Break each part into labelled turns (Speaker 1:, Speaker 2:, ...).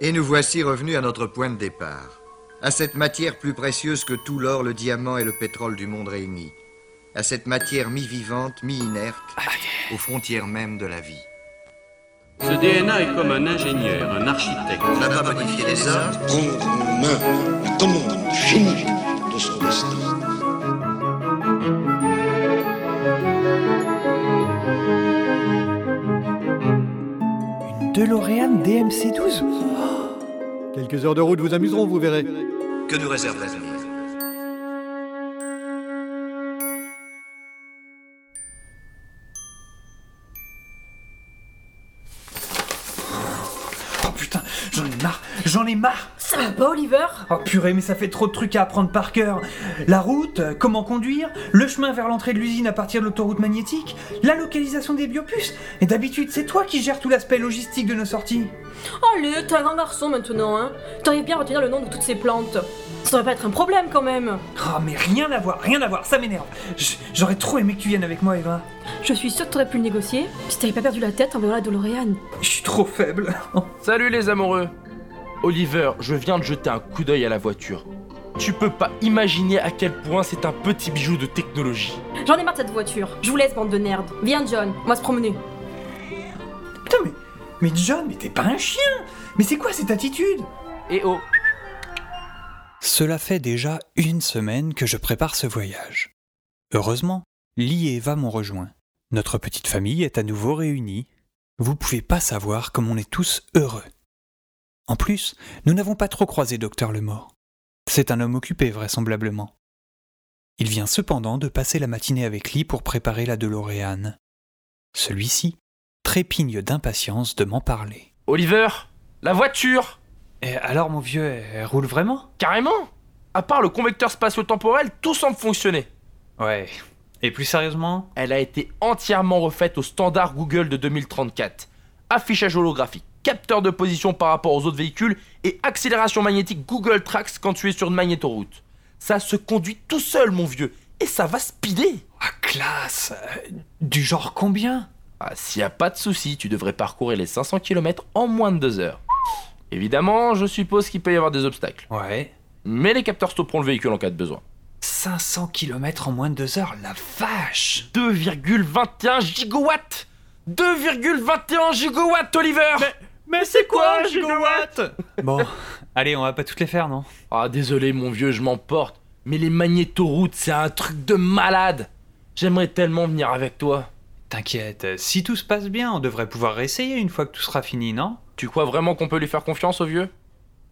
Speaker 1: Et nous voici revenus à notre point de départ, à cette matière plus précieuse que tout l'or, le diamant et le pétrole du monde réunis, à cette matière mi-vivante, mi-inerte, aux frontières mêmes de la vie.
Speaker 2: Ce DNA est comme un ingénieur, un architecte.
Speaker 3: On n'a pas modifié les arbres.
Speaker 4: prendre en main la commande génie de son destin.
Speaker 5: Une DeLorean DMC-12
Speaker 6: Quelques heures de route vous amuseront, vous verrez.
Speaker 3: Que nous réserve l'avenir
Speaker 5: Oh putain, j'en ai marre, j'en ai marre
Speaker 7: Ça va pas, Oliver
Speaker 5: Oh purée, mais ça fait trop de trucs à apprendre par cœur. La route, euh, comment conduire, le chemin vers l'entrée de l'usine à partir de l'autoroute magnétique, la localisation des biopuces. Et d'habitude, c'est toi qui gères tout l'aspect logistique de nos sorties.
Speaker 7: Allez, t'es un grand garçon maintenant, hein T'arrives bien à retenir le nom de toutes ces plantes. Ça devrait pas être un problème quand même
Speaker 5: Oh mais rien à voir, rien à voir, ça m'énerve. J- J'aurais trop aimé que tu viennes avec moi, Eva.
Speaker 7: Je suis sûre que t'aurais pu le négocier si t'avais pas perdu la tête en voyant la DeLorean.
Speaker 5: Je suis trop faible. Oh,
Speaker 8: Salut les amoureux Oliver, je viens de jeter un coup d'œil à la voiture. Tu peux pas imaginer à quel point c'est un petit bijou de technologie.
Speaker 7: J'en ai marre de cette voiture. Je vous laisse, bande de nerds. Viens, John, on va se promener.
Speaker 5: Putain mais, mais John, mais t'es pas un chien. Mais c'est quoi cette attitude
Speaker 8: Et oh
Speaker 9: Cela fait déjà une semaine que je prépare ce voyage. Heureusement, Lee et Eva m'ont rejoint. Notre petite famille est à nouveau réunie. Vous pouvez pas savoir comme on est tous heureux. En plus, nous n'avons pas trop croisé Docteur Lemort. C'est un homme occupé, vraisemblablement. Il vient cependant de passer la matinée avec Lee pour préparer la DeLorean. Celui-ci trépigne d'impatience de m'en parler.
Speaker 8: Oliver La voiture
Speaker 5: alors mon vieux, elle roule vraiment
Speaker 8: Carrément À part le convecteur spatio-temporel, tout semble fonctionner.
Speaker 5: Ouais. Et plus sérieusement
Speaker 8: Elle a été entièrement refaite au standard Google de 2034. Affichage holographique, capteur de position par rapport aux autres véhicules et accélération magnétique Google Tracks quand tu es sur une magnétoroute. Ça se conduit tout seul, mon vieux, et ça va speeder.
Speaker 5: Ah classe euh, Du genre combien
Speaker 8: Ah, s'il n'y a pas de souci, tu devrais parcourir les 500 km en moins de 2 heures. Évidemment, je suppose qu'il peut y avoir des obstacles,
Speaker 5: Ouais.
Speaker 8: mais les capteurs stopperont le véhicule en cas de besoin.
Speaker 5: 500 km en moins de deux heures, la vache
Speaker 8: 2,21 gigawatts 2,21 gigawatts, Oliver
Speaker 5: Mais c'est quoi un gigawatt Bon, allez, on va pas toutes les faire, non
Speaker 8: Ah, désolé, mon vieux, je m'emporte. Mais les magnétoroutes, c'est un truc de malade J'aimerais tellement venir avec toi.
Speaker 5: T'inquiète, euh, si tout se passe bien, on devrait pouvoir réessayer une fois que tout sera fini, non
Speaker 8: Tu crois vraiment qu'on peut lui faire confiance au vieux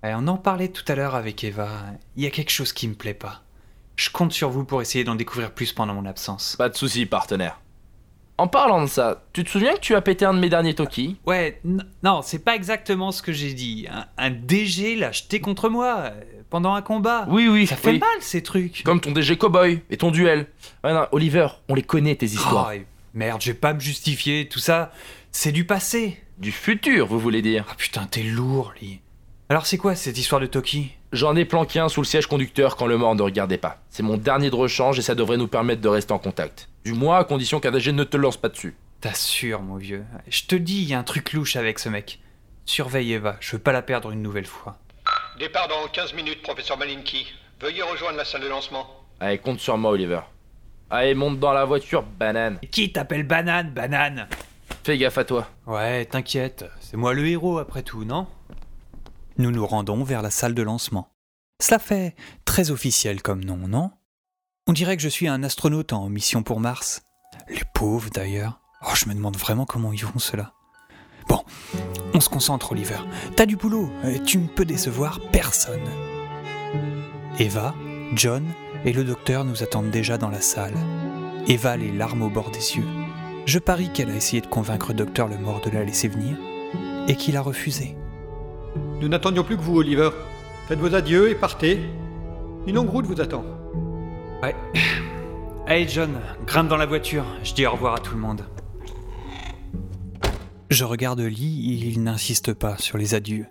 Speaker 5: Eh, On en parlait tout à l'heure avec Eva, il y a quelque chose qui me plaît pas. Je compte sur vous pour essayer d'en découvrir plus pendant mon absence.
Speaker 8: Pas de souci, partenaire. En parlant de ça, tu te souviens que tu as pété un de mes derniers Toki
Speaker 5: Ouais, n- non, c'est pas exactement ce que j'ai dit. Un, un DG l'a jeté contre moi euh, pendant un combat.
Speaker 8: Oui, oui,
Speaker 5: Ça fait mal ces trucs.
Speaker 8: Comme ton DG Cowboy et ton duel. Ouais, non, Oliver, on les connaît, tes histoires.
Speaker 5: Oh, et merde, je vais pas me justifier, tout ça, c'est du passé.
Speaker 8: Du futur, vous voulez dire
Speaker 5: Ah putain, t'es lourd, Lee. Alors c'est quoi cette histoire de Toki
Speaker 8: J'en ai planqué un sous le siège conducteur quand le mort ne regardait pas. C'est mon dernier de rechange et ça devrait nous permettre de rester en contact. Du moins à condition qu'un DG ne te lance pas dessus.
Speaker 5: T'assures, mon vieux. Je te dis, il y a un truc louche avec ce mec. Surveille Eva, je veux pas la perdre une nouvelle fois.
Speaker 3: Départ dans 15 minutes, professeur Malinki. Veuillez rejoindre la salle de lancement.
Speaker 8: Allez, compte sur moi, Oliver. Allez, monte dans la voiture, banane.
Speaker 5: Qui t'appelle banane, banane
Speaker 8: Fais gaffe à toi.
Speaker 5: Ouais, t'inquiète, c'est moi le héros après tout, non
Speaker 9: Nous nous rendons vers la salle de lancement. Cela fait très officiel comme nom, non On dirait que je suis un astronaute en mission pour Mars. Les pauvres d'ailleurs. Oh, je me demande vraiment comment ils vont cela. Bon, on se concentre, Oliver. T'as du boulot, et tu ne peux décevoir personne. Eva, John et le docteur nous attendent déjà dans la salle. Eva a les larmes au bord des yeux. Je parie qu'elle a essayé de convaincre Docteur le mort de la laisser venir et qu'il a refusé.
Speaker 6: Nous n'attendions plus que vous, Oliver. Faites vos adieux et partez. Une longue route vous attend.
Speaker 5: Ouais. Hey John, grimpe dans la voiture, je dis au revoir à tout le monde.
Speaker 9: Je regarde Lee et il n'insiste pas sur les adieux.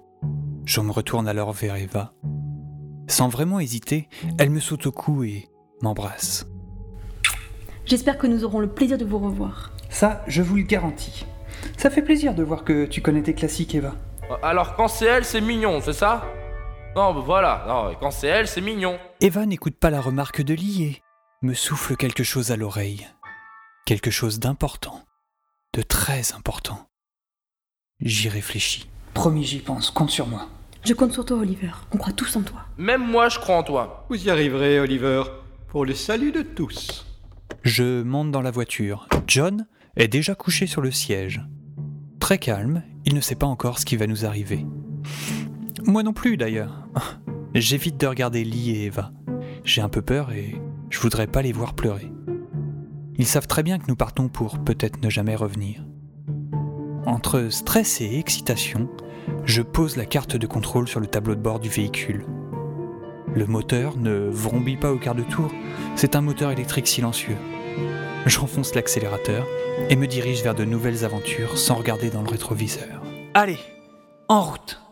Speaker 9: Je me retourne alors vers Eva. Sans vraiment hésiter, elle me saute au cou et m'embrasse.
Speaker 7: J'espère que nous aurons le plaisir de vous revoir.
Speaker 5: Ça, je vous le garantis. Ça fait plaisir de voir que tu connais tes classiques, Eva.
Speaker 8: Alors quand c'est elle, c'est mignon, c'est ça Non, bah voilà, non, quand c'est elle, c'est mignon.
Speaker 9: Eva n'écoute pas la remarque de Lié, me souffle quelque chose à l'oreille. Quelque chose d'important. De très important. J'y réfléchis.
Speaker 10: Promis, j'y pense, compte sur moi.
Speaker 7: Je compte sur toi, Oliver. On croit tous en toi.
Speaker 8: Même moi, je crois en toi.
Speaker 6: Vous y arriverez, Oliver, pour le salut de tous.
Speaker 9: Je monte dans la voiture. John est déjà couché sur le siège. Très calme, il ne sait pas encore ce qui va nous arriver. Moi non plus d'ailleurs. J'évite de regarder Lee et Eva. J'ai un peu peur et je voudrais pas les voir pleurer. Ils savent très bien que nous partons pour peut-être ne jamais revenir. Entre stress et excitation, je pose la carte de contrôle sur le tableau de bord du véhicule. Le moteur ne vrombit pas au quart de tour, c'est un moteur électrique silencieux. J'enfonce l'accélérateur et me dirige vers de nouvelles aventures sans regarder dans le rétroviseur.
Speaker 10: Allez, en route